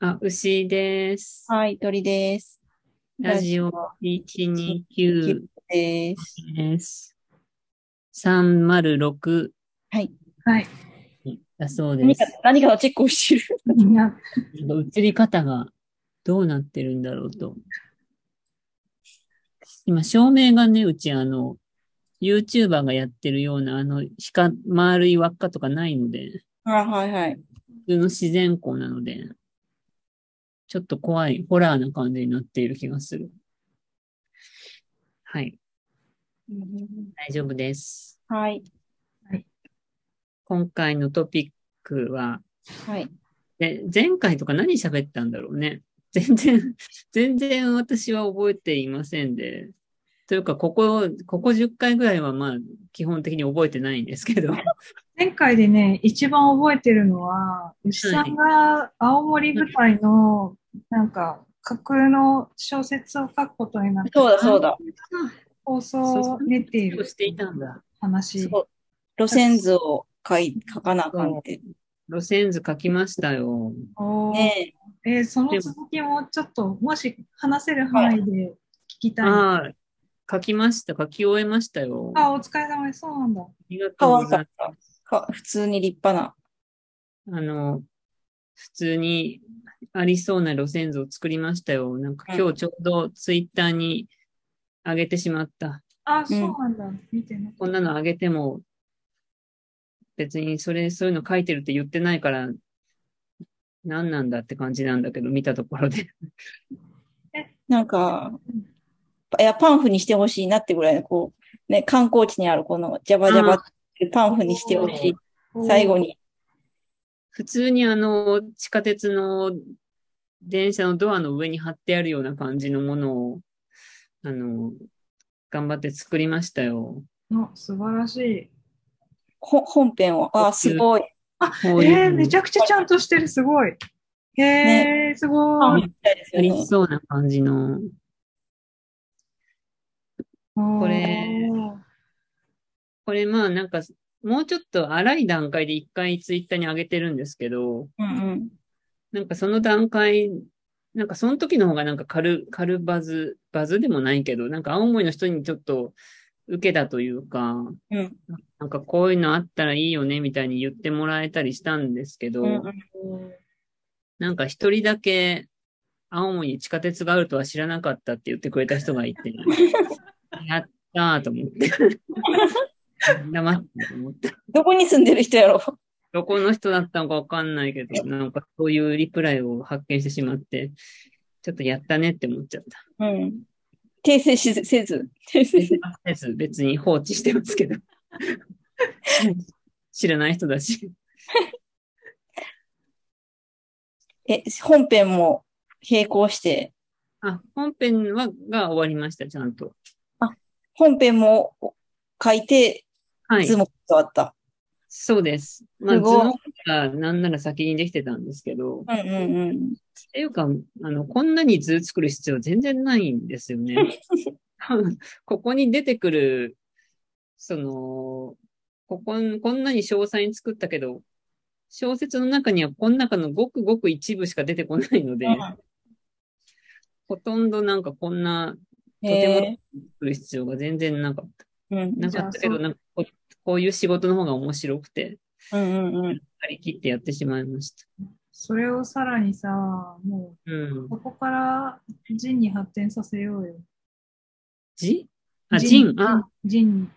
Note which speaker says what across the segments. Speaker 1: あ、牛です。
Speaker 2: はい、鳥です。
Speaker 1: ラジオ129
Speaker 2: です。
Speaker 1: です。306
Speaker 3: はい。
Speaker 1: だそうで
Speaker 2: 何か
Speaker 1: す。、
Speaker 2: 何かのチェックをしてる。
Speaker 3: みんな、
Speaker 1: ちょっと映り方がどうなってるんだろうと。今、照明がね、うちあの、YouTuber がやってるような、あの、光、丸い輪っかとかないので、
Speaker 2: あ、はいはい。
Speaker 1: 普通の自然光なので、ちょっと怖い、ホラーな感じになっている気がする。はい、大丈夫です。
Speaker 2: はい。
Speaker 1: 今回のトピックは、
Speaker 2: はい。
Speaker 1: え前回とか何喋ったんだろうね。全然、 全然私は覚えていませんで。というか、ここ、ここ10回ぐらいはまあ、基本的に覚えてないんですけど。
Speaker 3: 前回でね、一番覚えてるのは、牛さんが青森舞台の、なんか、架空の小説を書くことになって、
Speaker 2: そうだそうだ。
Speaker 3: 放送を練ってい
Speaker 1: そう
Speaker 3: る
Speaker 1: していたんだ。
Speaker 3: 話。
Speaker 2: そう。路線図を書い、書かなあかんって。
Speaker 1: 路線図書きましたよ。
Speaker 3: おー
Speaker 2: ね
Speaker 3: えーその続きもちょっと、もし話せる範囲で聞きたい。あ
Speaker 1: ああ、書きました。書き終えましたよ。あ
Speaker 3: あ、お疲れ様です。そうなんだ。
Speaker 1: りがと
Speaker 2: か
Speaker 1: う
Speaker 2: わ
Speaker 1: ご
Speaker 2: か
Speaker 1: ざい
Speaker 2: っ
Speaker 1: ま
Speaker 2: た。か普通に立派な。
Speaker 1: す。あの、普通にありそうな路線図を作りましたよ。なんか今日ちょうどツイッターに上げてしまった。
Speaker 3: あ、そうなんだ。見てなか
Speaker 1: こんなのあげても、別にそれ、そういうの書いてるって言ってないから、何なんだって感じなんだけど、見たところで。
Speaker 2: なんか、いや、パンフにしてほしいなってぐらいの、こう、ね、観光地にあるこのジャバジャバってパンフにしてほしい。
Speaker 3: った。
Speaker 2: 最後に。
Speaker 1: 普通にあの、地下鉄の電車のドアの上に貼ってあるような感じのものを、あの、頑張って作りましたよ。
Speaker 3: の素晴らしい。
Speaker 2: ほ本編を。あ、すごい。
Speaker 1: こう
Speaker 3: え
Speaker 1: い
Speaker 3: ー、
Speaker 1: う
Speaker 3: めちゃくちゃちゃんとしてる、すごい。へえ、すごい。
Speaker 2: みたいです
Speaker 1: あ
Speaker 2: よね
Speaker 1: りそうな感じの。これこれまあなんか、もうちょっと荒い段階で一回ツイッターに上げてるんですけど、
Speaker 2: うんうん。
Speaker 1: なんかその段階、なんかその時の方がなんか軽、軽バズ、バズでもないけど、なんか青森の人にちょっと受けたというか、
Speaker 2: うん
Speaker 1: なんかこういうのあったらいいよねみたいに言ってもらえたりしたんですけど、
Speaker 2: うんうん
Speaker 1: なんか一人だけ青森に地下鉄があるとは知らなかったって言ってくれた人がいて、 やったーと思って。 黙ってと思って。
Speaker 2: どこに住んでる人やろ
Speaker 1: どこの人だったのかわかんないけど、なんかそういうリプライを発見してしまって、ちょっとやったねって思っちゃ った。
Speaker 2: うん。訂正しずせず。訂正せず
Speaker 1: です別に放置してますけど。知らない人だし。
Speaker 2: え、本編も並行して、
Speaker 1: あ、本編は、が終わりました、ちゃんと。
Speaker 2: 本編も書いて、
Speaker 1: はい
Speaker 2: 図。も変わった。
Speaker 1: そうです。まあ、
Speaker 2: す
Speaker 1: 図
Speaker 2: ごい
Speaker 1: の方がなんなら先にできてたんですけど、っ
Speaker 2: うんうんうん。
Speaker 1: ていうか、あの、こんなに図作る必要全然ないんですよね。 ここに出てくる、その、ここん、こんなに詳細に作ったけど、小説の中にはこの中のごくごく一部しか出てこないので、ほとんどなんかこんな
Speaker 2: うん
Speaker 1: て作る必要が全然なかった。
Speaker 2: えーうん
Speaker 1: なかったけど、
Speaker 3: じ
Speaker 1: なんかここういう仕事の方が面白くて、
Speaker 2: うんうんうん。
Speaker 1: 張り切ってやってしまいました。
Speaker 3: それをさらにさ、も
Speaker 1: うん
Speaker 3: う、。ここから人に発展させようよ。
Speaker 1: じあ、ジン、あ、
Speaker 3: 人に。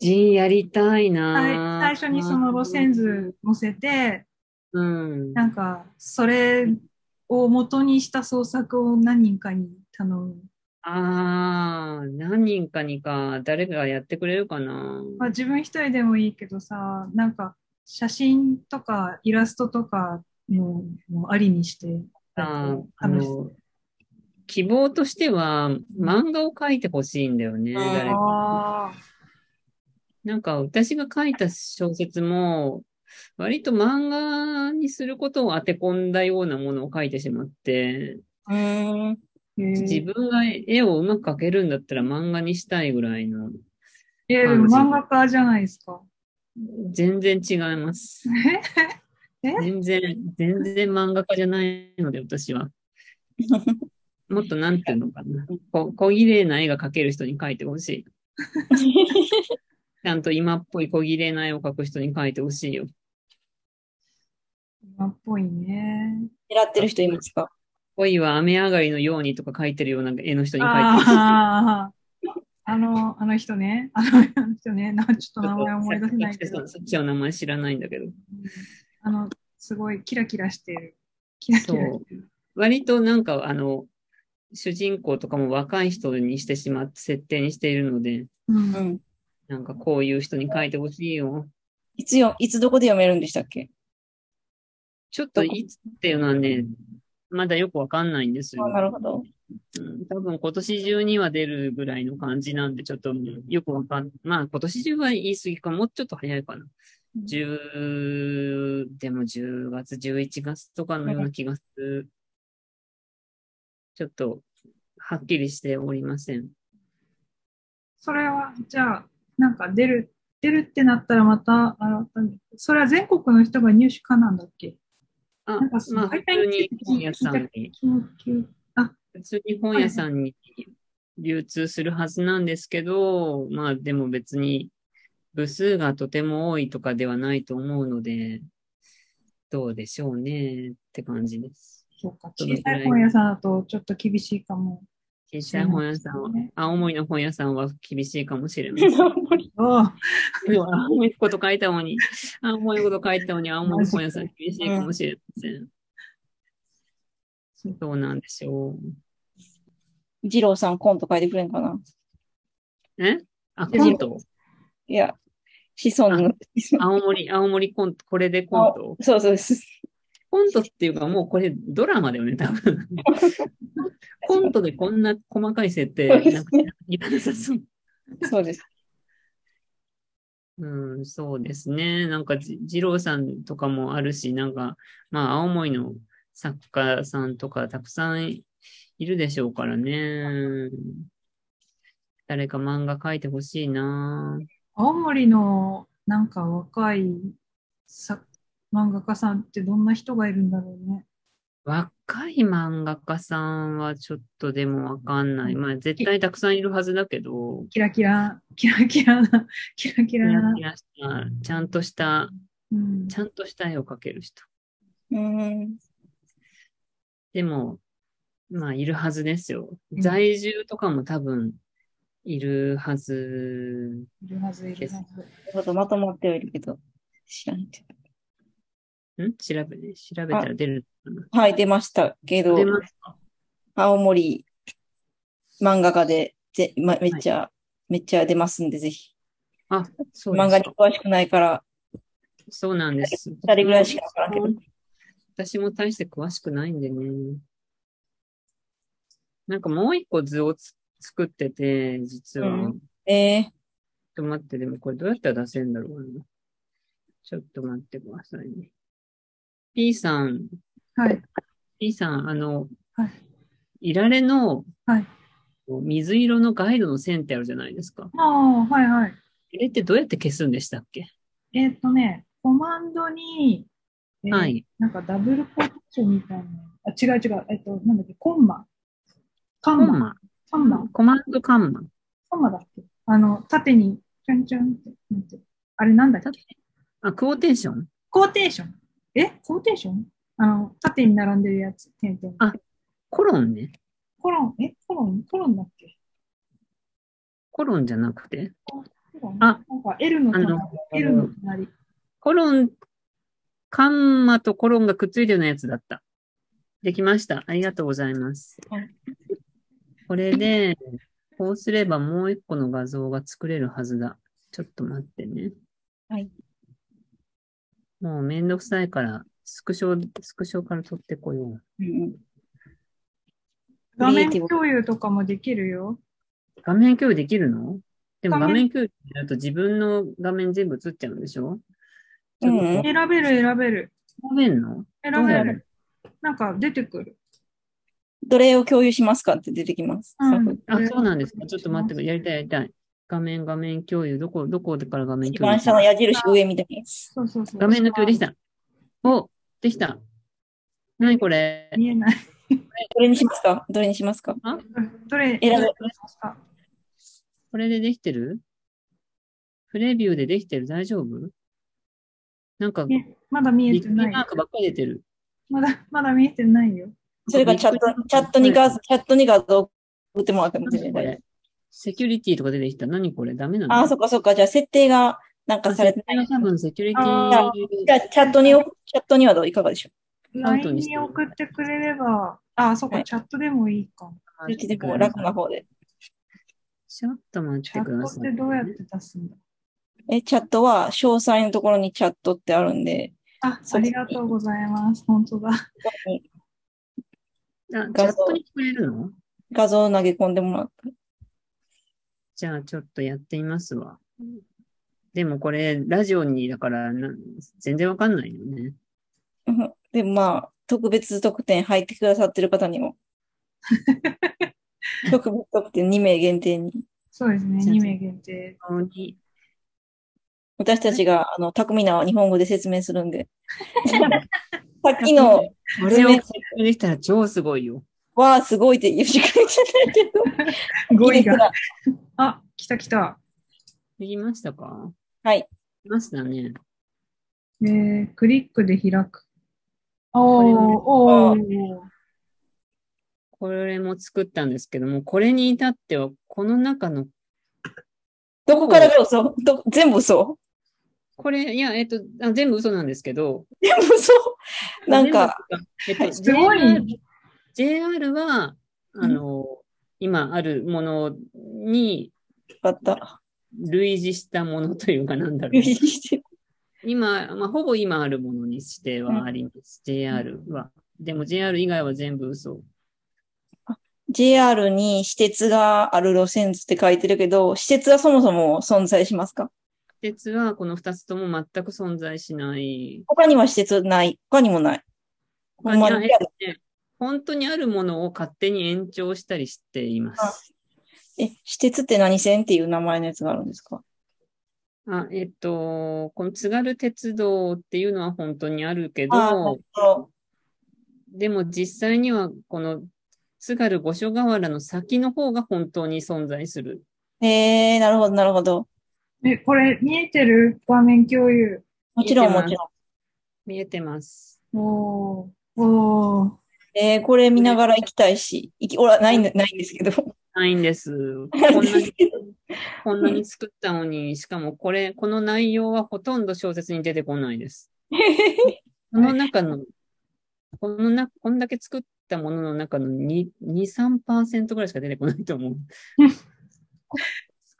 Speaker 1: ジンやりたい
Speaker 3: 最
Speaker 1: な
Speaker 3: 最初にその路線。図載せて、
Speaker 1: うん。
Speaker 3: なんか、それを元にした創作を何人かに頼む。
Speaker 1: ああ、何人かにか、誰かがやってくれるかな。
Speaker 3: まあ、自分一人でもいいけどさ、なんか、写真とかイラストとかももありにして、
Speaker 1: あーあ
Speaker 3: 楽しそ
Speaker 1: の、希望としては、漫画を描いてほしいんだよね、
Speaker 2: あー
Speaker 1: 誰か。
Speaker 3: あ
Speaker 1: なんか、私が書いた小説も、割と漫画にすることを当て込んだようなものを書いてしまって、
Speaker 2: うーん。
Speaker 3: ーへー
Speaker 1: 自分が絵をうまく描けるんだったら漫画にしたいぐらいの、
Speaker 3: いや、でも漫画家じゃないですか。
Speaker 1: 全然違います。
Speaker 3: ええ
Speaker 1: 全然、全然漫画家じゃないので、私は。もっとなんていうのかな。こ小綺麗な絵が描ける人に描いてほしい。ちゃんと今っぽい小綺麗な絵を描く人に描いてほしいよ。
Speaker 3: 今っぽいね。
Speaker 2: 狙ってる人いますか
Speaker 1: 恋は雨上がりのようにとか描いてるような絵の人に描いてほしい。
Speaker 3: あーあの、あの人ね。あのあの人ね。なちょっと名前思い出せないけど。
Speaker 1: そっちは名前知らないんだけど。
Speaker 3: あの、すごいキラキラしてる。キラキラしてる。
Speaker 1: 割となんか、あの、主人公とかも若い人にしてしまって、設定にしているので、
Speaker 3: う。
Speaker 2: うんん。
Speaker 1: なんかこういう人に描いてほしいよ。
Speaker 2: いつよ、いつどこで読めるんでしたっけ
Speaker 1: ちょっといつっていうのはね、まだよくわかんないんですよ
Speaker 2: あ。なるほど。
Speaker 1: うん多分今年中には出るぐらいの感じなんで、ちょっとよくわかんまあ今年中は言い過ぎか、もうちょっと早いかな。10、でも10月、11月とかのような気がする。ちょっと、はっきりしておりません。
Speaker 3: それは、じゃあ、なんか出る、出るってなったらまた、あらそれは全国の人が入手可なんだっけ
Speaker 1: あ、
Speaker 3: なん
Speaker 1: ま
Speaker 3: か
Speaker 1: あ
Speaker 3: その
Speaker 1: 普通に本屋さんに、
Speaker 3: 緊急
Speaker 1: 普通に本屋さんに流通するはずなんですけど、まあでも別に部数がとても多いとかではないと思うので、どうでしょうねって感じです。
Speaker 3: そうか、
Speaker 1: ど
Speaker 3: 小
Speaker 1: のく
Speaker 3: さ
Speaker 1: らい
Speaker 3: い本屋さんだとちょっと厳しいかも。
Speaker 1: 小さい本屋さんは、
Speaker 3: ね
Speaker 1: 青森の本屋さんは厳しいかもしれません。
Speaker 3: おう
Speaker 1: でも青森のこと書いたのに、青森のこと書いたのに青森の本屋さん厳しいかもしれません。
Speaker 3: そう
Speaker 1: どうなんでしょう。
Speaker 2: 二郎さんコント書いてくれんかな
Speaker 1: えあ、コント
Speaker 2: いや、子孫の。
Speaker 1: 青森、青森コント、これでコント
Speaker 2: そうそうです。
Speaker 1: コントっていうかもうこれドラマだよね、多 分。コントでこんな細かい設定
Speaker 2: そうで
Speaker 1: な
Speaker 2: す
Speaker 1: く
Speaker 2: ね
Speaker 1: ていらなさそう。
Speaker 2: そうです。
Speaker 1: うん、そうですね。なんかじ、二郎さんとかもあるし、なんか、まあ、青森の作家さんとかたくさんいるでしょうからね。誰か漫画描いてほしいな
Speaker 3: 青森のなんか若いさ漫画家さんってどんな人がいるんだろうね。
Speaker 1: 若い漫画家さんはちょっとでもわかんない。まあ、絶対たくさんいるはずだけど。
Speaker 3: キラキラ、キラキラな、キラキ
Speaker 1: キ
Speaker 3: ラ
Speaker 1: ラ
Speaker 3: な
Speaker 1: キ。ラした、ちゃんとした、
Speaker 3: うん
Speaker 1: ちゃんとした絵を描ける人。
Speaker 2: うん。
Speaker 1: でも、まあ、いるはずですよ。
Speaker 3: ん
Speaker 1: 在住とかも多分、いるはず。
Speaker 3: いるはず、いるはず。
Speaker 2: ちょっとまとまってはいるけど、知らんけ
Speaker 1: ん調べ、調べたら出る。
Speaker 2: ど。はい、出ましたけど
Speaker 1: 出、ますか
Speaker 2: 青森漫画家で、ぜま、めっちゃ、めっちゃ出ますんで、ぜひ。
Speaker 1: あ、そうで
Speaker 2: 漫画
Speaker 1: す
Speaker 2: に
Speaker 1: か。
Speaker 2: 詳しくないから、
Speaker 1: そうなんです。
Speaker 2: 二人ぐらいしかわからんけど。
Speaker 1: 私も大して詳しくないんでね。なんかもう一個図をつ作ってて、実は。
Speaker 2: うんえー、
Speaker 1: ちょっと待って、でもこれどうやったら出せるんだろうな。ちょっと待ってくださいね。P さん、
Speaker 3: はい。
Speaker 1: P さん、あの、、
Speaker 3: はい
Speaker 1: られの、
Speaker 3: はい
Speaker 1: 水色のガイドの線ってあるじゃないですか。
Speaker 3: ああ、はいはい。
Speaker 1: あれってどうやって消すんでしたっけ、
Speaker 3: えーっとね、コマンドに、えー
Speaker 1: はい。
Speaker 3: なんかダブルコッチョみたいな。あ、違う違う。えーっと、なんだっけ、コンマ。カ
Speaker 1: コ
Speaker 3: ン
Speaker 1: ン
Speaker 3: マ。
Speaker 1: マ。
Speaker 3: カンマ。
Speaker 1: コマンドカンマ。
Speaker 3: カンマだっけあの、縦に、チュンチュンって、なんて。あれなんだっけ
Speaker 1: あ、クォーテーション
Speaker 3: コーテーション。えコーテーションあの、縦に並んでるやつ。点々。
Speaker 1: あコロンね。
Speaker 3: コロン、えコロンコロンだっけ
Speaker 1: コロンじゃなくて。
Speaker 3: コロン
Speaker 1: あ
Speaker 3: なんか L の
Speaker 1: あ
Speaker 3: 隣
Speaker 1: の。
Speaker 3: L の隣。
Speaker 1: コロン、カンマとコロンがくっついたようなやつだった。できました。ありがとうございます
Speaker 2: はい。
Speaker 1: これで、こうすればもう一個の画像が作れるはずだ。ちょっと待ってね。
Speaker 2: はい。
Speaker 1: もうめんどくさいから、スクショ、スクショから撮ってこよう。
Speaker 2: うん
Speaker 3: 画面
Speaker 2: クリエイティブ
Speaker 3: 共有とかもできるよ。
Speaker 1: 画面共有できるのでも
Speaker 3: 画
Speaker 1: 画
Speaker 3: 面
Speaker 1: 面共有すると自分の画面全部映っちゃうんでしょ
Speaker 2: うんうん
Speaker 3: 選べる、選べる。
Speaker 1: 画面の
Speaker 3: 選べ
Speaker 1: どうな
Speaker 3: る。なんか出てくる。
Speaker 2: どれを共有しますかって出てきます。
Speaker 3: うん
Speaker 1: あ、そうなんですか。ちょっと待って、やりたい、やりたい。画面、画面共有。どこ、どこでから画面
Speaker 2: 一
Speaker 1: 共有
Speaker 2: 番
Speaker 1: する
Speaker 2: 下の矢印上みたいなやつ。
Speaker 3: そうそうそう。
Speaker 1: 画面の共有できた。お、できた。何これ
Speaker 3: 見えない。
Speaker 2: どれにしますかどれにしますか
Speaker 3: どれ
Speaker 2: 選べ
Speaker 3: どれますか
Speaker 1: これでできてるプレビューでできてる大丈夫なんか、ビッ
Speaker 3: ねまだ見え
Speaker 1: グ
Speaker 3: て
Speaker 1: マ
Speaker 3: な
Speaker 1: ー
Speaker 3: い。
Speaker 1: クばっかり出てる。
Speaker 3: まだ、まだ見えてないよ。
Speaker 2: それがチャット、チャットに画像、チャットに画像送ってもらっても全
Speaker 1: 何こ
Speaker 2: 然
Speaker 1: れセキュリティとか出てきた。何これダメなの
Speaker 2: ああ、そっかそっか。じゃあ、設定がなんか
Speaker 1: あ
Speaker 2: されてない。
Speaker 1: 設定が多分セキュリテ
Speaker 3: あ
Speaker 1: ィ
Speaker 2: じゃあ、チャットに、チャットにはどういかがでしょ
Speaker 3: LINE に送ってくれれば、あ、そっ
Speaker 2: は
Speaker 3: か、
Speaker 2: い
Speaker 3: チャットでもいいか。
Speaker 2: ううちでも楽な方で。
Speaker 1: ちょっと待っ
Speaker 3: チ
Speaker 1: て
Speaker 3: ャッ
Speaker 1: くだ
Speaker 3: ト
Speaker 1: さ
Speaker 3: っ
Speaker 1: い、
Speaker 3: てどうやって出すんだ
Speaker 2: え、チャットは、詳細のところにチャットってあるんで、
Speaker 3: あ、
Speaker 2: そ
Speaker 3: あ
Speaker 2: う
Speaker 3: りがとうございます。本当だ。
Speaker 2: ここに
Speaker 1: あチャットにくれるの
Speaker 2: 画像を投げ込んでもらって。
Speaker 1: じゃあちょっとやってみますわ。でもこれ、ラジオに、だからな、全然わかんないよね。
Speaker 2: うん で、まあ、特別特典入ってくださってる方に も。特別特典2名限定に。
Speaker 3: そうですね。
Speaker 1: じゃあ
Speaker 3: 2名限定。
Speaker 1: ここに
Speaker 2: 私たちが、あの、巧みな日本語で説明するん で。さっきの
Speaker 1: これを説明できたら超すごいよ。
Speaker 2: はすごいって言うしか言ってないけど。
Speaker 3: 語彙
Speaker 2: いいです
Speaker 3: が。
Speaker 2: が
Speaker 3: あ、来た来た。
Speaker 1: できましたか
Speaker 2: はい。
Speaker 1: できましたね。
Speaker 3: えー、クリックで開く。おー、おー。
Speaker 1: これも作ったんですけども、これに至っては、この中の、
Speaker 2: どこからが嘘ど全部嘘
Speaker 1: これ、いや、えっと、あ全部嘘なんですけど、
Speaker 2: 全部嘘なんか、
Speaker 1: 全部っていうか、えっと、
Speaker 3: すごい
Speaker 1: JR, JR は、あの、今あるものに
Speaker 2: よかった。
Speaker 1: 類似したものというか、なんだろう。
Speaker 2: う
Speaker 1: 今、まあ、ほぼ今あるものに指定はあります。JR は。でも JR 以外は全部嘘。
Speaker 2: ん JR に私鉄がある路線図って書いてるけど、私鉄はそもそも存在しますか
Speaker 1: 私鉄はこの二つとも全く存在しない。
Speaker 2: 他には施設ない。他にもない。ほんま
Speaker 1: あい
Speaker 2: に。
Speaker 1: やえっとね本当にあるものを勝手に延長したりしています。
Speaker 2: え、私鉄って何線っていう名前のやつがあるんですか
Speaker 1: あえっと、この津軽鉄道っていうのは本当にあるけ
Speaker 2: あ
Speaker 1: ど、
Speaker 2: あ
Speaker 1: でも実際にはこの津軽五所川原の先の方が本当に存在する。
Speaker 2: えー、なるほど、なるほど。
Speaker 3: え、これ見えてる画面共有。
Speaker 2: もちろん、
Speaker 1: 見えてま
Speaker 2: も
Speaker 1: す
Speaker 2: ちろ
Speaker 1: 見えてます。
Speaker 3: おー。おー。
Speaker 2: ん。えー、これ見ながら行きたいし、行き、おら、ないんだ、ないんですけど。
Speaker 1: ないんです。こんなにこんなに作ったのに、しかもこれ、この内容はほとんど小説に出てこないです。この中の、このな、こんだけ作ったものの中の2、2 3%ぐらいしか出てこないと思う。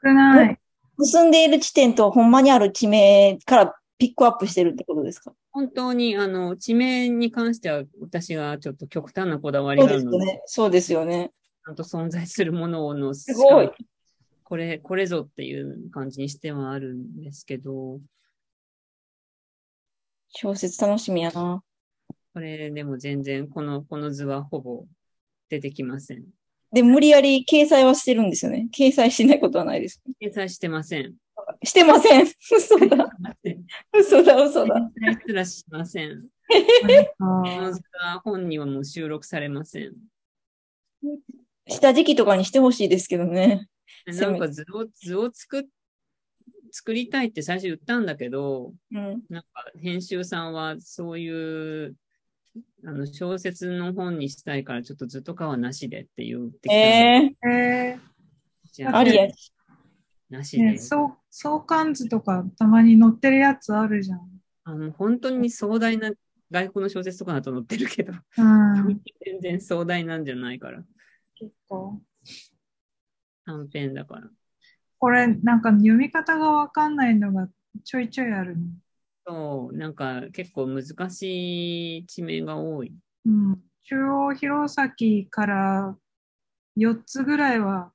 Speaker 3: 少ない。
Speaker 2: 結んでいる地点とほんまにある地名からピックアップしてるってことですか
Speaker 1: 本当に、あの、地名に関しては、私がちょっと極端なこだわり
Speaker 2: そう
Speaker 1: がある
Speaker 2: です
Speaker 1: ので、
Speaker 2: よね。そうですよね。
Speaker 1: ちゃんと存在するものの、す
Speaker 2: ごい。
Speaker 1: これ、これぞっていう感じにしてはあるんですけど、
Speaker 2: 小説楽しみやな。
Speaker 1: これでも全然、この、この図はほぼ出てきません。
Speaker 2: で、無理やり掲載はしてるんですよね。掲載しないことはないです。
Speaker 1: 掲載してません。
Speaker 2: してません。嘘 だ。嘘だ、嘘だ。
Speaker 1: 掲載すらしません。こ
Speaker 3: あ
Speaker 1: の
Speaker 3: ー
Speaker 1: 図は本にはもう収録されません。
Speaker 2: 下敷きとかにしてほしいですけどね。
Speaker 1: な
Speaker 2: せ
Speaker 1: ん
Speaker 2: め
Speaker 1: か図を、図を作っ、作りたいって最初言ったんだけど、
Speaker 2: うん。
Speaker 1: なんか編集さんはそういう、あの、小説の本にしたいからちょっと図とかはなしでって言ってきたの
Speaker 2: え
Speaker 3: え
Speaker 1: じ
Speaker 2: え
Speaker 1: ゃ
Speaker 2: ありや。
Speaker 1: なし
Speaker 3: ー、ね、
Speaker 1: で。
Speaker 3: そう、相関図とかたまに載ってるやつあるじゃん。
Speaker 1: あの、本当に壮大な外国の小説とかだと載ってるけど、
Speaker 3: うん、
Speaker 1: 全然壮大なんじゃないから。
Speaker 3: 結構。
Speaker 1: 短編だから。
Speaker 3: これ、なんか読み方がわかんないのがちょいちょいあるね。
Speaker 1: そう、なんか結構難しい地名が多い。
Speaker 3: うん。中央弘前から4つぐらいは、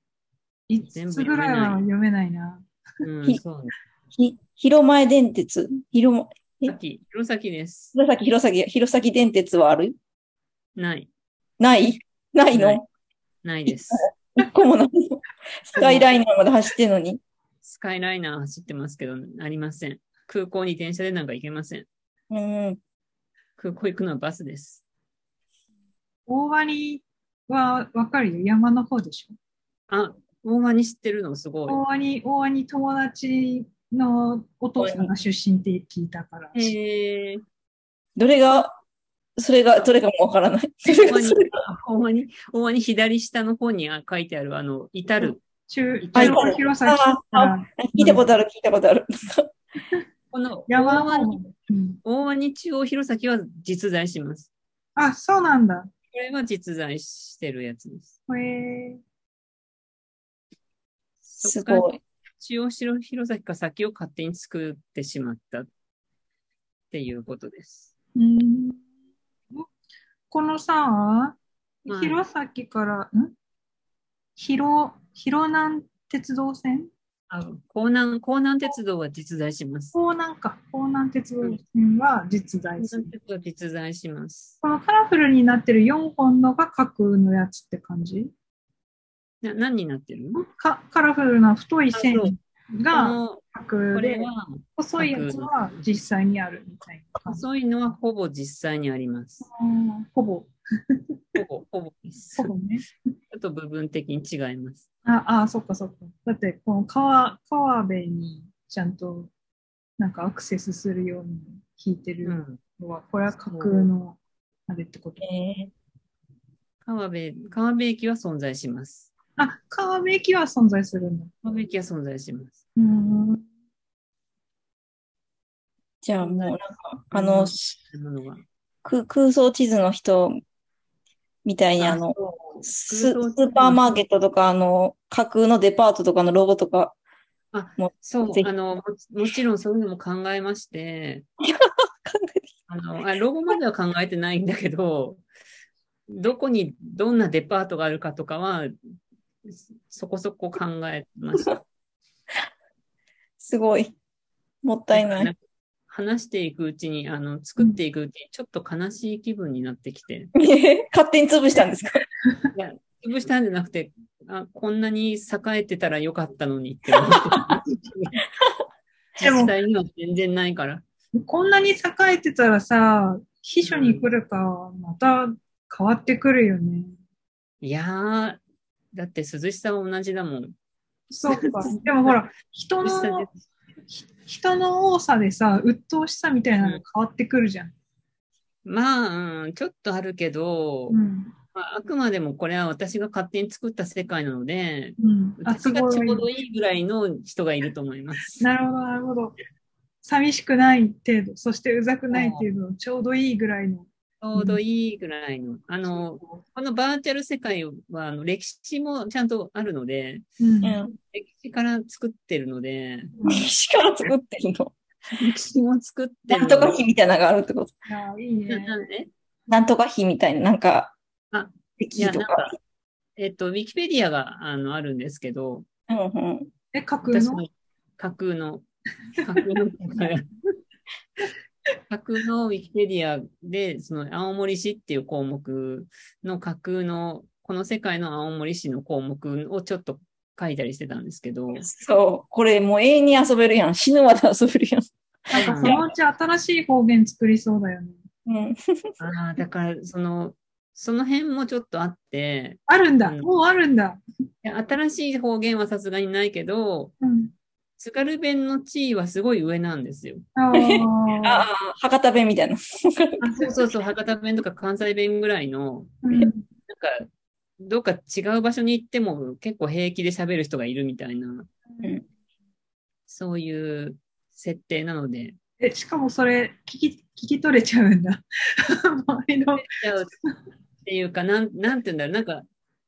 Speaker 1: 全
Speaker 3: 5
Speaker 1: 部
Speaker 3: つ
Speaker 1: 読
Speaker 3: ぐ
Speaker 1: めな
Speaker 3: ら
Speaker 1: い
Speaker 3: いは読めないな。
Speaker 1: うん、
Speaker 2: ひ
Speaker 1: そう
Speaker 2: ひ、広前電鉄。広も、
Speaker 1: さっき、弘前です。
Speaker 2: 弘前、弘前、弘前電鉄はある
Speaker 1: ない。
Speaker 2: ないない
Speaker 1: な
Speaker 2: の
Speaker 1: ないです。
Speaker 2: 一個もないの。スカイライナーまで走ってんのに。
Speaker 1: スカイライナー走ってますけど、ありません。空港に電車でなんか行けません。
Speaker 2: うん。
Speaker 1: 空港行くのはバスです。
Speaker 3: 大割はわかるよ。山の方でしょ。
Speaker 1: あ、大間に知ってるのすごい。
Speaker 3: 大割、大割友達のお父さんが出身って聞いたから。
Speaker 1: へえー、
Speaker 2: どれが、それが、どれかもわからない。それ
Speaker 1: 大間
Speaker 2: が
Speaker 1: に
Speaker 2: それ、
Speaker 1: 大間に、大間に左下の方にあ書いてある、あの、至る。
Speaker 3: 中、
Speaker 1: あ
Speaker 3: 中央広さ聞いたら
Speaker 2: 聞いたことある、聞いたことある。
Speaker 1: この、大
Speaker 3: 山の
Speaker 1: 間
Speaker 3: 方
Speaker 1: に、
Speaker 3: もうん
Speaker 1: 大間に中央弘前は実在します。
Speaker 3: あ、そうなんだ。
Speaker 1: これは実在してるやつです。
Speaker 3: へえ
Speaker 2: すごい。
Speaker 1: 中央広弘前か先を勝手に作ってしまったっていうことです。
Speaker 3: うんこのさ、
Speaker 1: はい
Speaker 3: 弘前から、ん広、広南鉄道線
Speaker 1: あ江南、江南鉄道は実在します。
Speaker 3: 江南か。江南鉄道線は実
Speaker 1: 江
Speaker 3: 在する。
Speaker 1: 南鉄道は実在します。
Speaker 3: このカラフルになってる4本のが架空のやつって感じ
Speaker 1: な何になってるの
Speaker 3: かカラフルな太い線
Speaker 1: あそう
Speaker 3: が
Speaker 1: こ
Speaker 3: 架
Speaker 1: の
Speaker 3: 空
Speaker 1: これ
Speaker 3: で、
Speaker 1: は、
Speaker 3: 細いやつは実際にあるみたいな感じ。
Speaker 1: 細いのはほぼ実際にあります。
Speaker 3: うんほぼ、
Speaker 1: ほぼ、ほぼです。ち
Speaker 3: ほ
Speaker 1: ょ
Speaker 3: ぼね。
Speaker 1: っと部分的に違います。
Speaker 3: ああ、そっかそっか。だって、この川、川辺にちゃんと、なんかアクセスするように引いて
Speaker 1: う
Speaker 3: る
Speaker 1: ん。
Speaker 3: のは、これは架空の、あれってこと。
Speaker 2: えー
Speaker 1: 川辺、川辺駅は存在します。
Speaker 3: あ、川辺駅は存在するんだ。
Speaker 1: 川辺駅は存在します。
Speaker 3: うーん。
Speaker 2: じゃあもうなんか、あの、す
Speaker 1: ものが。
Speaker 2: 空空想地図の人みたいにあの、
Speaker 1: そう
Speaker 2: スス
Speaker 1: 空想地図
Speaker 2: ーパーマーケットとか、あの、架空のデパートとかのロゴとか、
Speaker 1: そう
Speaker 2: ぜ、ひ
Speaker 1: あの、ももち ろんそういうのも考えまして、
Speaker 2: 考えて
Speaker 1: あの、あロゴまでは考えてないんだけど、どこにどんなデパートがあるかとかは、そこそこ考えました。
Speaker 2: すごい。もったいない。
Speaker 1: 話していくうちに、あの、作っていくうちに、ちょっと悲しい気分になってきて、
Speaker 2: 勝手に潰したんですか
Speaker 1: 潰したんじゃなくて、あ、こんなに栄えてたらよかったのにって思って。
Speaker 3: でも
Speaker 1: 実際には全然ないから。
Speaker 3: こんなに栄えてたらさ、秘書に来るか、また変わってくるよね。
Speaker 1: いやー、だって涼しさは同じだもん。
Speaker 3: そう か。でもほら、人
Speaker 1: 涼しさ
Speaker 3: の、ひ人の多さでさ、鬱陶しさみたいなのが変わってくるじゃん。
Speaker 1: まあ、うんちょっとあるけど、
Speaker 3: うん。
Speaker 1: まあ、あくまでもこれは私が勝手に作った世界なので、
Speaker 3: うん。あ、
Speaker 1: 私
Speaker 3: す
Speaker 1: が
Speaker 3: ご
Speaker 1: ちょう
Speaker 3: い。
Speaker 1: どいいぐらいの人がいると思います。
Speaker 3: なるほど、なるほど。寂しくない程度、そしてうざくない程度、ちょうどいいぐらいの。
Speaker 1: ちょうどいいぐらいの。あの、このバーチャル世界はあの歴史もちゃんとあるので、
Speaker 3: うん。
Speaker 2: うん。
Speaker 1: 歴史から作ってるので、
Speaker 2: 西から作ってるの。
Speaker 1: 歴史も作って
Speaker 2: な
Speaker 1: る
Speaker 2: んとか
Speaker 1: ので。
Speaker 2: 碑みたいなのがあるってこと。
Speaker 3: いや、いいね。
Speaker 1: ななえ
Speaker 2: なんとか碑みたいな、なんか、
Speaker 1: あい
Speaker 2: 碑
Speaker 1: や、
Speaker 2: と
Speaker 1: なん
Speaker 2: か。
Speaker 1: か、えっと、ウィキペディアがあのあるんですけど、
Speaker 2: うんうん。
Speaker 3: え、架空
Speaker 1: 私
Speaker 3: の
Speaker 1: も架空の、架空の、架空のウィキペディアで、その青森市っていう項目の架空の、この世界の青森市の項目をちょっと書いたりしてたんですけど、
Speaker 2: そう。これもう永遠に遊べるやん。死ぬまで遊べるやん。
Speaker 3: なんかそのうち新しい方言作りそうだよね。
Speaker 2: うん。
Speaker 1: あーだから、その、その辺もちょっとあって、
Speaker 3: あるんだ、
Speaker 1: うん
Speaker 3: もうあるんだ。
Speaker 1: いや新しい方言はさすがにないけど、
Speaker 3: うん。
Speaker 1: 津軽弁の地位はすごい上なんですよ。
Speaker 3: あ
Speaker 2: あ
Speaker 3: あ。
Speaker 2: あ、博多弁みたいな。
Speaker 1: あそうそうそう、博多弁とか関西弁ぐらいの、
Speaker 3: うん
Speaker 1: なんか、どっか違う場所に行っても結構平気で喋る人がいるみたいな、
Speaker 2: うん
Speaker 1: そういう設定なので、
Speaker 3: え、しかもそれ、聞き、聞き取れちゃうんだ。 周りの。
Speaker 1: っていうか、なん、なんて言うんだろう、なんか、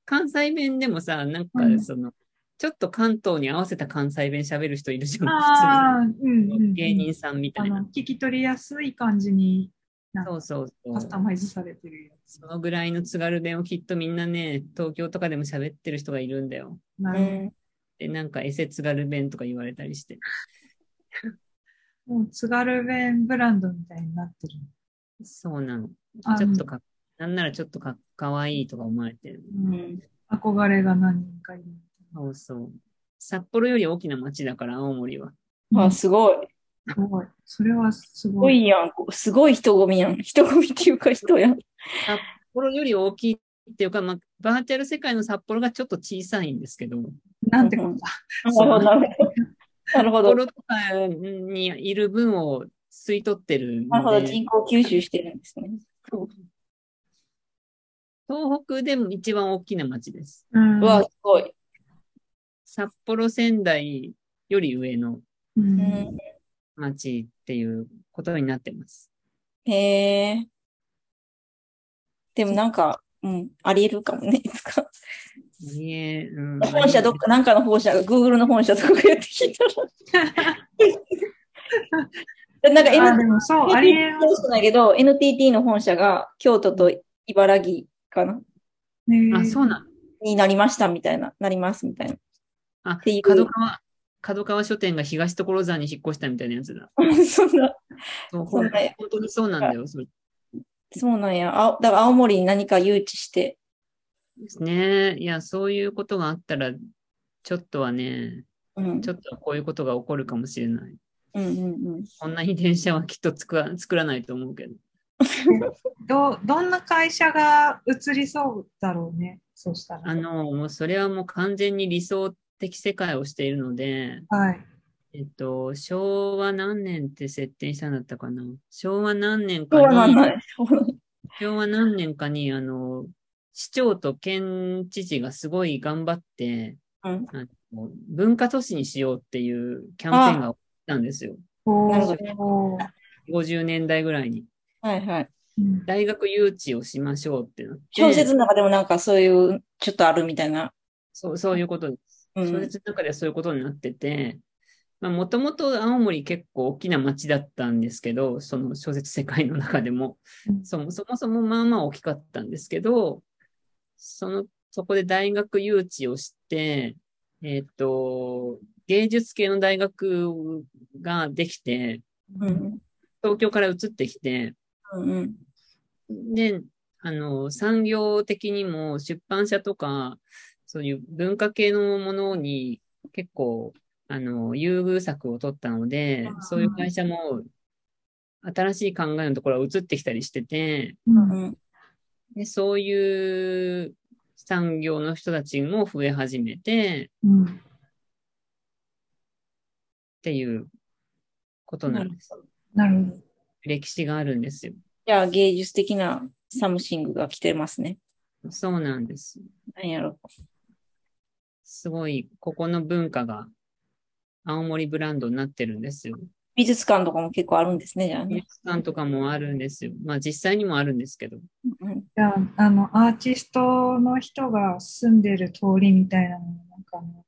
Speaker 1: 関西弁でもさ、なんか
Speaker 3: うん
Speaker 1: その、ちょっと関東に合わせた関西弁喋る人いるじゃん、
Speaker 3: ああ、うんうん
Speaker 1: 普
Speaker 3: う
Speaker 1: 通に
Speaker 3: ん。
Speaker 1: 芸人さんみた
Speaker 3: あ
Speaker 1: い
Speaker 3: の
Speaker 1: な。、
Speaker 3: 聞き取りやすい感じに
Speaker 1: そうそうそ
Speaker 3: カスタ
Speaker 1: う。
Speaker 3: マイズされてるやつ。
Speaker 1: そのぐらいの津軽弁をきっとみんなね、東京とかでも喋ってる人がいるんだよ。
Speaker 3: な
Speaker 2: う
Speaker 3: るほど。
Speaker 2: ん。
Speaker 1: で、なんか、エセ津軽弁とか言われたりして。
Speaker 3: もう津軽弁ブランドみたいになってる。
Speaker 1: そうなの。
Speaker 3: あ
Speaker 1: ちょっとか、なんならちょっとかかわいいとか思われてる。
Speaker 3: う
Speaker 2: うんん。
Speaker 3: 憧れが何人かいる。
Speaker 1: そうそう。札幌より大きな町だから、青森は。
Speaker 2: あ、すごい。
Speaker 3: すごい。それはす
Speaker 2: すご
Speaker 3: ごい。
Speaker 2: いやん。すごい人混みやん。人混みっていうか人やん。
Speaker 1: 幌より大きいっていうか、まあ、バーチャル世界の札幌がちょっと小さいんですけど、
Speaker 3: なんてことだ。
Speaker 1: そう
Speaker 2: なるほど。なるほ
Speaker 1: 札
Speaker 2: ど。
Speaker 1: 幌とかにいる分を吸い取ってる
Speaker 2: なるほ
Speaker 1: の
Speaker 2: ど。
Speaker 1: で、
Speaker 2: 人口吸収してるんですね。
Speaker 1: 東北でも一番大きな町です。
Speaker 3: うん
Speaker 2: うわ、すごい。
Speaker 1: 札幌、仙台より上の
Speaker 3: う
Speaker 2: うんん、
Speaker 1: 町っていうことになってます。
Speaker 2: へえ。でもなんか、うん、ありえるかもね、いつか。
Speaker 1: いえ、うん。
Speaker 2: 本社どっか、なんかの本社が、Google の本社とかがやってきた ら。なんか NTT
Speaker 3: あ、でもそう、ありえま
Speaker 2: そうそうだけど、NTT の本社が京都と茨城かな
Speaker 3: すね。
Speaker 1: あ、そうなの。
Speaker 2: になりましたみたいな、なりますみたいな。
Speaker 1: あ
Speaker 2: ていう、
Speaker 1: 角川、角川書店が東所沢に引っ越したみたいなやつだ。
Speaker 2: そんな、
Speaker 1: そう
Speaker 2: そ
Speaker 1: ほ
Speaker 2: うんなんや
Speaker 1: 本当にそうなんだよ。それ
Speaker 2: そうなんや。あだから青森に何か誘致して。
Speaker 1: ですね。いや、そういうことがあったら、ちょっとはね、
Speaker 2: うん。
Speaker 1: ちょっとはこういうことが起こるかもしれない。
Speaker 2: うんうんうん。
Speaker 1: こんなに電車はきっと作ら作らないと思うけど。
Speaker 3: どどんな会社が移りそうだろうね、そうした
Speaker 1: あ
Speaker 3: ら。
Speaker 1: の、もうそれはもう完全に理想的世界をしているので、
Speaker 3: はい。
Speaker 1: えっと、昭和何年って設定したんだったかな。昭和何年か
Speaker 2: そうなん
Speaker 1: に、
Speaker 2: だね。そうなんだ
Speaker 1: 昭和何年かに、あの、市長と県知事がすごい頑張って、
Speaker 2: うん
Speaker 1: あの文化都市にしようっていうキャンペーンが起きたんですよ。
Speaker 3: お
Speaker 2: なる
Speaker 3: お。
Speaker 1: 50年代ぐらいに。
Speaker 2: はいはい。
Speaker 3: うん
Speaker 1: 大学誘致をしましょうってなって。
Speaker 2: 小説の中でもなんかそういう、ちょっとあるみたいな。
Speaker 1: そう、そういうことです。
Speaker 2: うん
Speaker 1: 小説の中ではそういうことになってて、まあ、もともと青森結構大きな町だったんですけど、その小説世界の中でも
Speaker 3: う、ん
Speaker 1: そもそもそもまあまあ大きかったんですけど、その、そこで大学誘致をして、えっ、と、芸術系の大学ができて、
Speaker 2: うん
Speaker 1: 東京から移ってきて、
Speaker 2: うんうん。
Speaker 1: で、あの、産業的にも出版社とか、そういう文化系のものに結構、あの、優遇策を取ったので
Speaker 2: あ、ー
Speaker 1: そういう会社も新しい考えのところは移ってきたりしてて、
Speaker 3: う
Speaker 2: うんん
Speaker 1: で、そういう産業の人たちも増え始めて
Speaker 3: うん
Speaker 1: っていうことなんです。
Speaker 3: なるほど。
Speaker 1: 歴史があるんですよ。
Speaker 2: じゃあ芸術的なサムシングが来てますね。
Speaker 1: そうなんです。
Speaker 2: 何やろ。
Speaker 1: すごい、ここの文化が青森ブランドになってるんですよ。
Speaker 2: 美術館とかも結構あるんですね、じゃあ
Speaker 1: 美
Speaker 2: ね。
Speaker 1: 術館とかもあるんですよ。まあ実際にもあるんですけど。
Speaker 2: うん
Speaker 3: じゃあ、あの、アーティストの人が住んでる通りみたいなのも、なんかあの、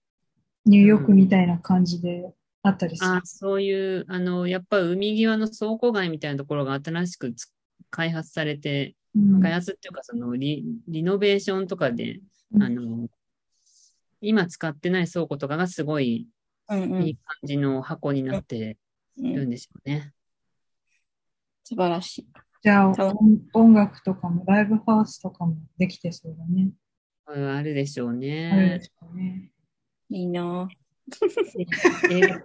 Speaker 3: ニューヨークみたいな感じであったりする。
Speaker 1: あそういう、あの、やっぱ海際の倉庫街みたいなところが新しくつ開発されて、
Speaker 3: うん
Speaker 1: 開発っていうかそのリリノベーションとかで、
Speaker 3: うん
Speaker 1: あの、今使ってない倉庫とかがすごい
Speaker 2: うんう
Speaker 1: いい
Speaker 2: ん
Speaker 1: 感じの箱になって
Speaker 2: う
Speaker 1: る
Speaker 2: ん。
Speaker 1: んでしょうね。
Speaker 2: 素晴らしい。
Speaker 3: じゃあ、
Speaker 2: 多
Speaker 3: 音音楽とかも、ライブハウスとかもできてそうだね。
Speaker 1: うんあるでしょう
Speaker 3: ある
Speaker 1: ね
Speaker 3: で。しょうね。
Speaker 2: いいな
Speaker 1: 映画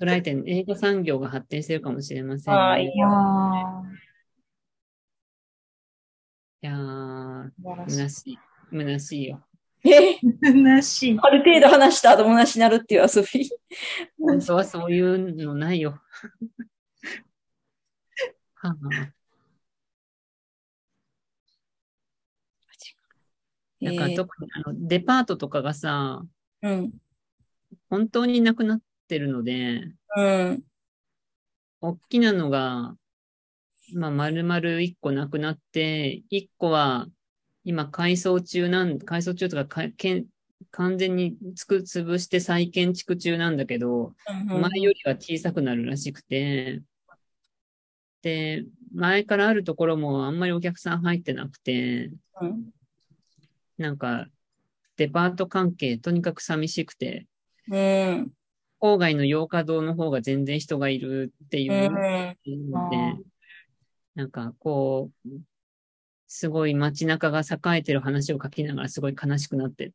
Speaker 1: 捉えて映画産業が発展してるかもしれませんね、
Speaker 2: ああ、いいよ。
Speaker 3: ああ、
Speaker 1: いやー、
Speaker 3: 素晴らし
Speaker 1: 虚。し
Speaker 3: い
Speaker 1: い。虚しいよ。
Speaker 2: え
Speaker 3: なしい。
Speaker 2: ある程度話した後もなしになるっていう遊び。
Speaker 1: 本当はそういうのない よ。はあ なんか
Speaker 2: えー
Speaker 1: 特にあのデパートとかがさ、
Speaker 2: うん。
Speaker 1: 本当になくなってるので、
Speaker 2: うん。
Speaker 1: 大きなのが、まあ、丸々1個なくなって、1個は今改装中なん、改装中とかかけん完全につく潰して再建築中なんだけど、
Speaker 2: うん
Speaker 1: 前よりは小さくなるらしくて、で、前からあるところもあんまりお客さん入ってなくて、
Speaker 2: うん
Speaker 1: なんか、デパート関係、とにかく寂しくて、
Speaker 2: うん。
Speaker 1: 郊外の洋華堂の方が全然人がいるっていうう、
Speaker 2: ん。
Speaker 1: ので
Speaker 3: あー
Speaker 1: なんかこう、すごい街中が栄えてる話を書きながらすごい悲しくなって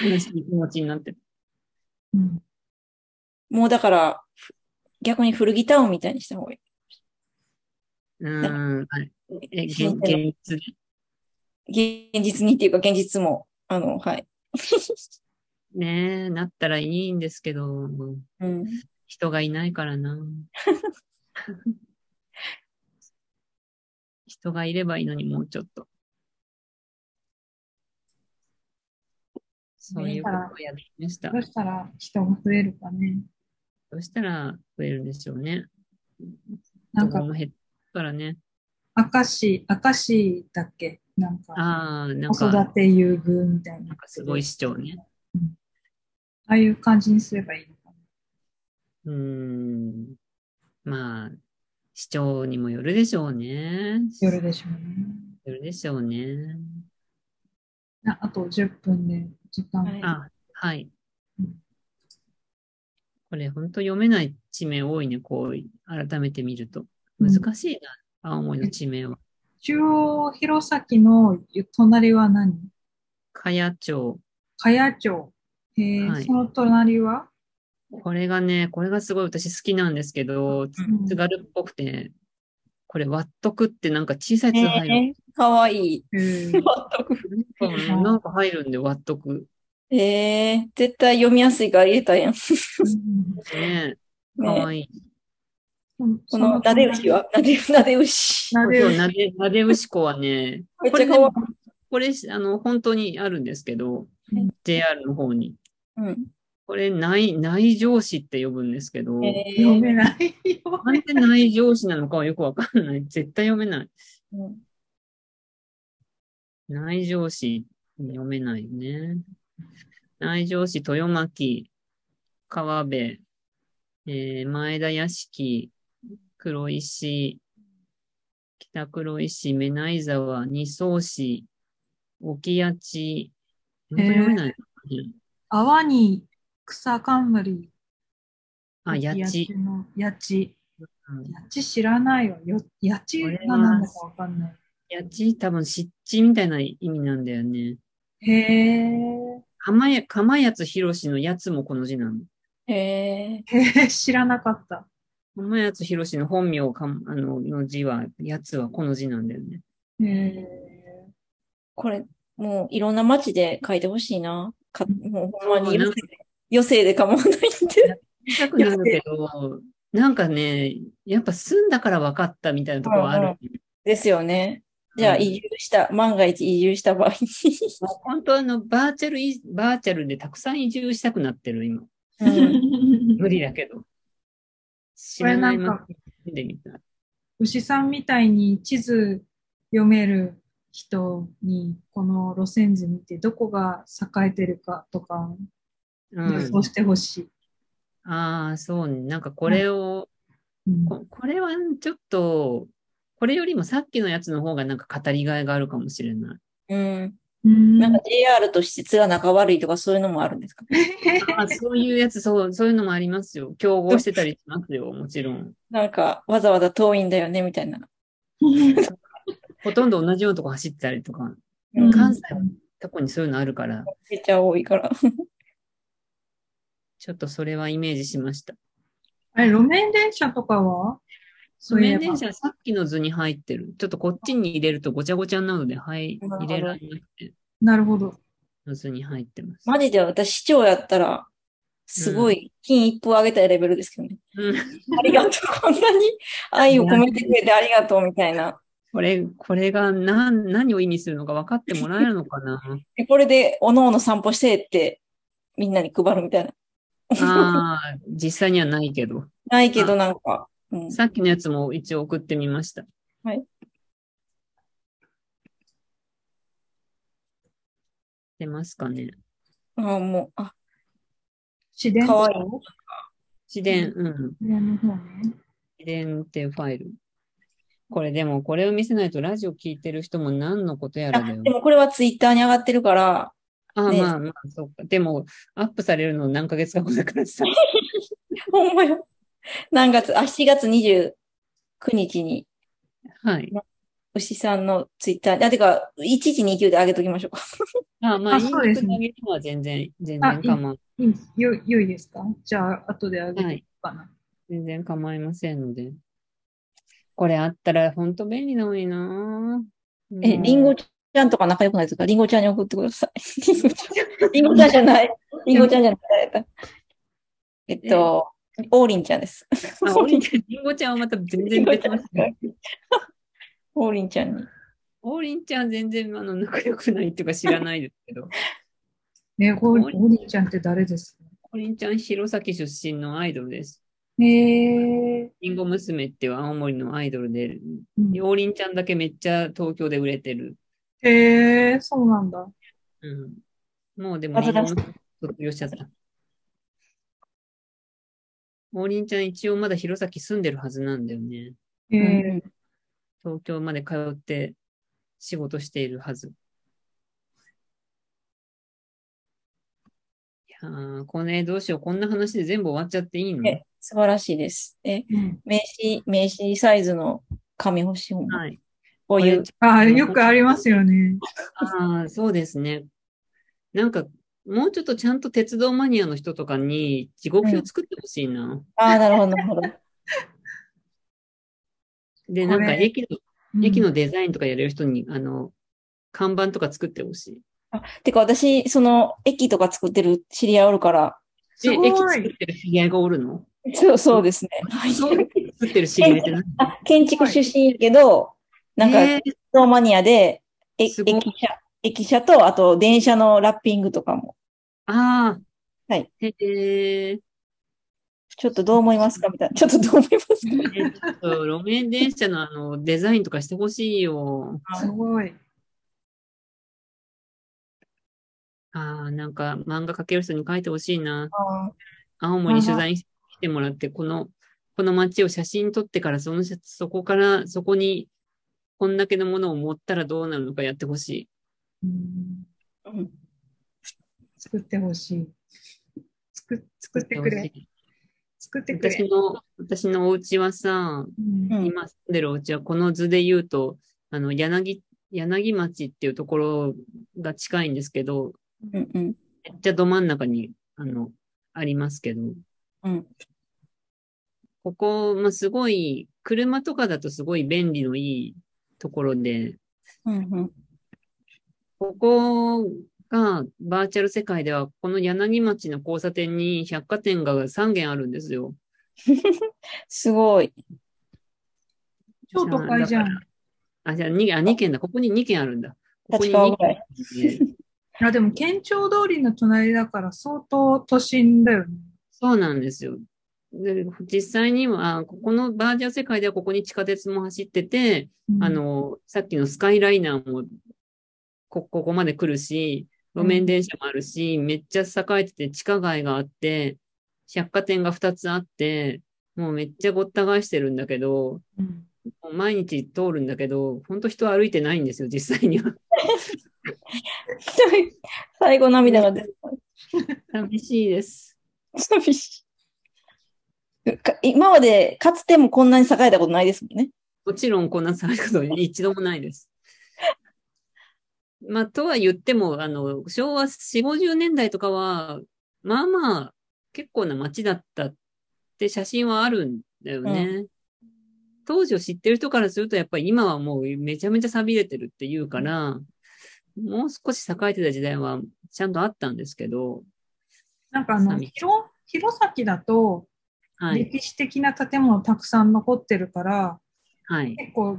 Speaker 1: る。悲しい気持ちになってる。
Speaker 3: うん
Speaker 2: もうだから、逆に古着タウンみたいにした方がいい。
Speaker 1: うん。あえ、 現、
Speaker 2: 新鮮な
Speaker 1: 現実。
Speaker 2: 現実にっていうか、現実も、あの、はい。
Speaker 1: ねえ、なったらいいんですけど、
Speaker 2: うん。
Speaker 1: 人がいないから な。人がいればいいのに、もうちょっと。そういうことをやってました
Speaker 3: ど。うしたら人が増えるかね。
Speaker 1: どうしたら増えるんでしょうね。
Speaker 3: なん
Speaker 1: ど
Speaker 3: か
Speaker 1: こ、も減ったからね。
Speaker 3: 明石、明石だっけなんか、
Speaker 1: ああ、なん
Speaker 3: 子
Speaker 1: か、
Speaker 3: 育て優遇みたいな。
Speaker 1: なんかすごい市長ね。
Speaker 3: ああいう感じにすればいいのか
Speaker 1: うーん。まあ、市長にもよるでしょうね。
Speaker 3: な。
Speaker 1: よ
Speaker 3: 夜でしょうね。
Speaker 1: るでしょうね。
Speaker 3: ああと10分で時間。
Speaker 2: はい
Speaker 1: あ、はい
Speaker 3: うん。
Speaker 1: これ本当読めない地名多いね、こう、改めて見ると。難しいな、青森の地名は。
Speaker 3: 中央弘前の隣は何
Speaker 1: 茅町。
Speaker 3: 茅町。えー
Speaker 1: はい
Speaker 3: その隣は
Speaker 1: これがね、これがすごい私好きなんですけど、つ
Speaker 3: うん
Speaker 1: 津軽っぽくて、これ、ワットクってなんか小さいやつ入る。
Speaker 2: えー、かわいい。
Speaker 3: え ー
Speaker 1: うんなんか入るんで、ワットク。
Speaker 2: えー、絶対読みやすいから入れたやん。
Speaker 3: うん
Speaker 1: ねえ、か
Speaker 2: ね
Speaker 1: わいい。
Speaker 2: この、なで牛はなで、なで牛。
Speaker 3: なで
Speaker 1: そう、
Speaker 3: 牛
Speaker 1: なで、なで牛子はね、
Speaker 2: めっ
Speaker 1: こ
Speaker 2: ちゃか
Speaker 1: れ
Speaker 2: わ
Speaker 1: ねこれ、あの、本当にあるんですけど
Speaker 2: うん
Speaker 1: JR の方に。
Speaker 2: いい。
Speaker 1: これ、内、内上司って呼ぶんですけど
Speaker 2: うん。、えー
Speaker 3: 読めないよ。
Speaker 1: なんで内上司なのかはよくわかんない。絶対読めない。
Speaker 2: うん
Speaker 1: 内上司、読めないよね。内上司、豊巻、川辺、えー前田屋敷、黒石、北黒石、目内沢、二層市、沖八地。本当に読めない。
Speaker 3: 泡に草冠。
Speaker 1: あ、八地。
Speaker 3: の。八千。
Speaker 1: うん
Speaker 3: 八千知らないわ。よ八千が何だかわかんない。
Speaker 1: 八地、多分湿地みたいな意味なんだよね。
Speaker 3: へー
Speaker 1: かまや、かまやつひろしのやつもこの字なの。
Speaker 2: え
Speaker 3: へー 知らなかった。
Speaker 1: 浜やつひろしの本名かんあのの字は、やつはこの字なんだよね。
Speaker 3: へー
Speaker 2: これ、もういろんな街で書いてほしいな。かもうほんま
Speaker 1: そ
Speaker 2: に
Speaker 1: うな
Speaker 2: 余
Speaker 1: ん
Speaker 2: 生
Speaker 1: か
Speaker 2: 余生で構わないんで。
Speaker 1: 見たくなるけど、なんかね、やっぱ住んだから分かったみたいなところはある。
Speaker 2: ですよね。じゃあ
Speaker 1: うん
Speaker 2: 移住した、万が一移住した場合
Speaker 1: もう本当あの、バーチャルい、バーチャルでたくさん移住したくなってる、今。
Speaker 2: に。うん
Speaker 1: 無理だけど。知
Speaker 3: こ
Speaker 1: ら
Speaker 3: れ
Speaker 1: な
Speaker 3: ないん
Speaker 1: まま
Speaker 3: か、
Speaker 1: 住んでみたい。
Speaker 3: 牛さんみたいに地図読める人に、この路線図見て、どこが栄えてるかとか、予
Speaker 1: う
Speaker 3: 想してほしい。
Speaker 1: ん。ああ、そうね。なんかこれを、
Speaker 3: うん
Speaker 1: ここれはちょっと、これよりもさっきのやつの方がなんか語りがいがあるかもしれない。
Speaker 2: うん。
Speaker 3: うん
Speaker 2: なんか JR として面仲悪いとかそういうのもあるんですか
Speaker 1: あそういうやつ、そう、そういうのもありますよ。競合してたりしますよ、もちろん。
Speaker 2: なんかわざわざ遠いんだよねみたいな。
Speaker 1: ほとんど同じようなとこ走ってたりとか、
Speaker 2: うん
Speaker 1: 関西はとこにそういうのあるから、
Speaker 2: めっちゃ多いから。
Speaker 1: ちょっとそれはイメージしました。
Speaker 3: あれ、路面電車とかは
Speaker 1: 路面電
Speaker 3: そういえ
Speaker 1: 車
Speaker 3: ば
Speaker 1: さっきの図に入ってる。ちょっとこっちに入れるとごちゃごちゃなので、はい、
Speaker 2: なるほ
Speaker 1: 入
Speaker 2: ど
Speaker 1: れられなくて、
Speaker 3: なるほど。
Speaker 1: の図に入ってます。
Speaker 2: マジで私市長やったら、すごい金一封あげたいレベルですけどね。
Speaker 1: うん
Speaker 2: ありがとう。こんなに愛を込めてくれてありがとうみたいな。
Speaker 1: これ、これが何、何を意味するのか分かってもらえるのか な
Speaker 2: で、これで、おのおの散歩してって、みんなに配るみたいな。
Speaker 1: ああ、実際にはないけど。
Speaker 2: ないけど、なんか、うん、
Speaker 1: さっきのやつも一応送ってみました。
Speaker 2: はい。
Speaker 1: 出ますかね。
Speaker 2: あもう、あ、
Speaker 3: 市電
Speaker 2: かわい
Speaker 1: 自伝、うん。
Speaker 3: 上の方ね。
Speaker 1: 自伝っていうファイル。これでも、これを見せないとラジオ聞いてる人も何のことやらだ
Speaker 2: あ
Speaker 1: よ
Speaker 2: で。もこれはツイッターに上がってるから、
Speaker 1: ああ、
Speaker 2: ね
Speaker 1: まあまあ、そうか。でも、アップされるの何ヶ月か後だからさ。
Speaker 2: ほんまや。何月、あ、7月29日に、
Speaker 1: はい。
Speaker 2: 牛さんのツイッター、あ、てか、1129で上げときましょうか。
Speaker 1: ああ、まあ、
Speaker 3: あ
Speaker 1: インス
Speaker 3: そう
Speaker 1: タに
Speaker 3: ですね
Speaker 1: 上げては全然、全
Speaker 3: あ
Speaker 1: 然
Speaker 3: いい
Speaker 1: 構わ
Speaker 3: いいよ、良いですかじゃあ、後であ
Speaker 1: な
Speaker 3: げ
Speaker 1: い。は
Speaker 3: る
Speaker 1: い。
Speaker 3: かな。
Speaker 1: 全然構いませんので。これあったら本当便利なのになぁ
Speaker 2: え、リンゴちゃんとか仲良くないですかリンゴちゃんに送ってください。 リンゴちゃんリンゴちゃんじゃない。リンゴちゃんじゃない。えっと、王林ちゃんです。
Speaker 1: あ、王林ちゃん、リンゴちゃんはまた全然別ますね。
Speaker 2: 王林ちゃんに。
Speaker 1: 王林ちゃん全然あの仲良くないっていうか知らないですけど。
Speaker 3: ね、ゴーゴリンちゃんって誰ですか
Speaker 1: 王林ちゃん、弘前出身のアイドルです。
Speaker 3: へえ。
Speaker 1: リンゴ娘っていう青森のアイドルで、
Speaker 3: うん
Speaker 1: 王林ちゃんだけめっちゃ東京で売れてる。
Speaker 3: へえ、そうなんだ。
Speaker 1: うん。もうでも、
Speaker 2: 煩わしい
Speaker 1: 卒業しちゃった。王林ちゃん一応まだ弘前住んでるはずなんだよね。
Speaker 3: へ
Speaker 2: う
Speaker 3: え。
Speaker 2: ん
Speaker 1: 東京まで通って仕事しているはず。いやー、これどうしよう。こんな話で全部終わっちゃっていいの
Speaker 2: え素晴らしいです。え、
Speaker 3: うん
Speaker 2: 名刺、名刺サイズの紙欲しいもん。
Speaker 1: はい。
Speaker 2: こういう。
Speaker 3: あ、よくありますよね。
Speaker 1: ああ、そうですね。なんか、もうちょっとちゃんと鉄道マニアの人とかに時刻表作ってほしいな。
Speaker 2: ああ、なるほど、なるほど。
Speaker 1: で、
Speaker 3: これ
Speaker 1: なんか駅の、
Speaker 3: うん
Speaker 1: 駅のデザインとかやれる人に、あの、看板とか作ってほしい。
Speaker 2: てか、私、その、駅とか作ってる知り合いおるから、
Speaker 3: す
Speaker 1: え、
Speaker 3: ごい
Speaker 1: 駅作ってる知り合いがおるの
Speaker 2: そうそうですね。は い
Speaker 1: 作ってる知り合いって何
Speaker 2: 建築出身やけど、なんか、
Speaker 1: えー
Speaker 2: 鉄道マニアで、え駅
Speaker 1: すごい
Speaker 2: 舎、駅舎と、あと、電車のラッピングとかも、
Speaker 1: ああ。
Speaker 2: はい。
Speaker 1: へえ。
Speaker 2: ちょっとどう思いますかみたいな。ちょっとどう思いますか
Speaker 1: えちょっと路面電車のあの、デザインとかしてほしいよ。
Speaker 3: すごい。
Speaker 1: ああ、なんか漫画描ける人に描いてほしいな。
Speaker 2: あ
Speaker 1: 青森取材に来てもらって、この、この街を写真撮ってから、その、そこから、そこに、こんだけのものを持ったらどうなるのかやってほしい。
Speaker 3: うん
Speaker 2: ーうん
Speaker 3: 作ってほしい。作作ってく
Speaker 1: や
Speaker 3: れ
Speaker 1: っ。てほしい
Speaker 3: 作ってく
Speaker 1: 私
Speaker 3: れ。
Speaker 1: の、私のお家はさ、
Speaker 3: うん
Speaker 2: うん
Speaker 1: 今住んでるお家はこの図で言うと、あの、柳、柳町っていうところが近いんですけど、
Speaker 2: うんうん
Speaker 1: めっちゃど真ん中に、あの、ありますけど、
Speaker 2: うん
Speaker 1: ここ、まあ、すごい、車とかだとすごい便利のいいところで、
Speaker 2: うんうん
Speaker 1: ここがバーチャル世界では、この柳町の交差点に百貨店が3軒あるんですよ。
Speaker 2: すごい。
Speaker 3: 超都会じゃん
Speaker 1: だ。からあ、じゃあ 2, あ2軒だ。ここに2軒あるんだ。ここ
Speaker 2: 立
Speaker 1: に
Speaker 2: 川
Speaker 1: 2
Speaker 2: ぐらい。
Speaker 1: 軒で。
Speaker 3: あ、でも県庁通りの隣だから相当都心だよね。
Speaker 1: そうなんですよ。で実際には、あここのバーチャル世界ではここに地下鉄も走ってて、
Speaker 3: うん
Speaker 1: あ、の、さっきのスカイライナーもこ、ここまで来るし、路面電車もあるし、めっちゃ栄えてて地下街があって、百貨店が2つあって、もうめっちゃごった返してるんだけど、
Speaker 3: うん
Speaker 1: もう毎日通るんだけど、ほんと人歩いてないんですよ、実際には。
Speaker 2: 最後涙が出る。
Speaker 1: 寂しいです。
Speaker 2: 寂しい。か今まで、かつてもこんなに栄えたことないですもんね。
Speaker 1: もちろんこんな騒ぎこと 一度もないです。まあ、とは言っても、あの、昭和4、50年代とかは、まあまあ、結構な街だったって写真はあるんだよね。当時を知ってる人からすると、やっぱり今はもうめちゃめちゃ錆びれてるっていうから、もう少し栄えてた時代はちゃんとあったんですけど、
Speaker 3: なんかあの、
Speaker 1: 寂しい
Speaker 3: 広、弘前だと
Speaker 1: はい、
Speaker 3: 歴史的な建物たくさん残ってるから、
Speaker 1: はい。
Speaker 3: 結構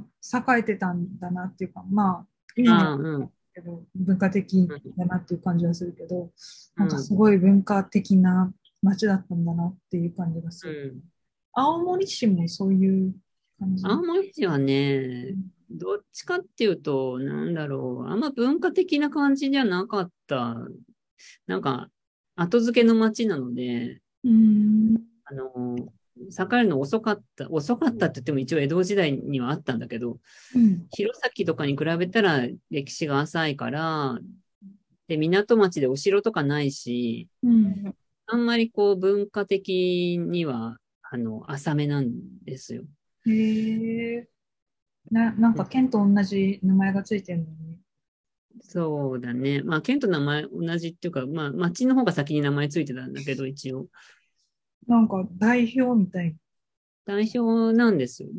Speaker 3: 栄えてたんだなっていうか、まあ、
Speaker 1: ああ
Speaker 3: 今
Speaker 1: う
Speaker 3: も
Speaker 1: ん
Speaker 3: けど、文化的だなっていう感じはするけど、
Speaker 1: うん
Speaker 3: なんかすごい文化的な街だったんだなっていう感じがす
Speaker 1: う
Speaker 3: る。
Speaker 1: ん
Speaker 3: 青森市もそういう感じ。
Speaker 1: 青森市はね
Speaker 3: う、
Speaker 1: どっちかっていうと、なんだろう、あんま文化的な感じじゃなかった。なんか、後付けの街なので、
Speaker 3: うん。
Speaker 1: あの、栄えるの遅かった。遅かったって言っても一応江戸時代にはあったんだけど、
Speaker 3: うん。
Speaker 1: 弘前とかに比べたら歴史が浅いから、で、港町でお城とかないし、
Speaker 3: うん。
Speaker 1: あんまりこう文化的には、あの、浅めなんですよ。
Speaker 3: へえ。な、なんか県と同じ名前がついてるのに。
Speaker 1: そうだね。まあ、県と名前同じっていうか、まあ、町の方が先に名前ついてたんだけど、一応。
Speaker 3: なんか代表みたい
Speaker 1: 代表なんですよ。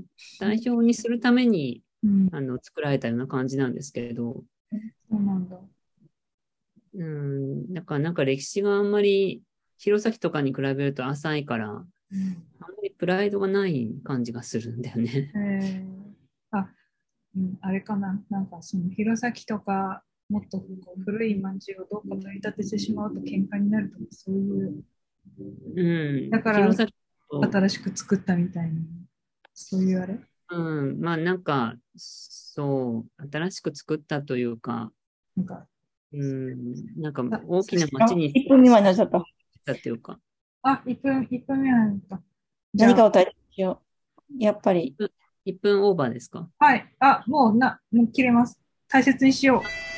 Speaker 1: 代表にするために、
Speaker 3: うん。
Speaker 1: あの、作られたような感じなんですけれど、
Speaker 3: そうなんだ。
Speaker 1: うん、だからなんか歴史があんまり、弘前とかに比べると浅いから、あんまりプライドがない感じがするんだよね。
Speaker 3: えーあ、うん、あれかな。なんかその弘前とか、もっとこう古い饅頭をどうか取り立ててしまうと喧嘩になるとか、そういう
Speaker 1: うん。
Speaker 3: だから
Speaker 1: 弘前と
Speaker 3: 新しく作ったみたいな、そういうあれ
Speaker 1: うん、まあなんか、そう、新しく作ったというか、
Speaker 3: なんか、
Speaker 1: うん、なんか大きな町に
Speaker 2: 1分未満になっちゃった。
Speaker 1: 行ったというか、
Speaker 3: あ、1分、一分目なんだ。じゃあ
Speaker 2: 何かを体験しよう。やっぱり。
Speaker 1: 1分オーバーですか
Speaker 3: はい。あ、もうな、もう切れます。大切にしよう。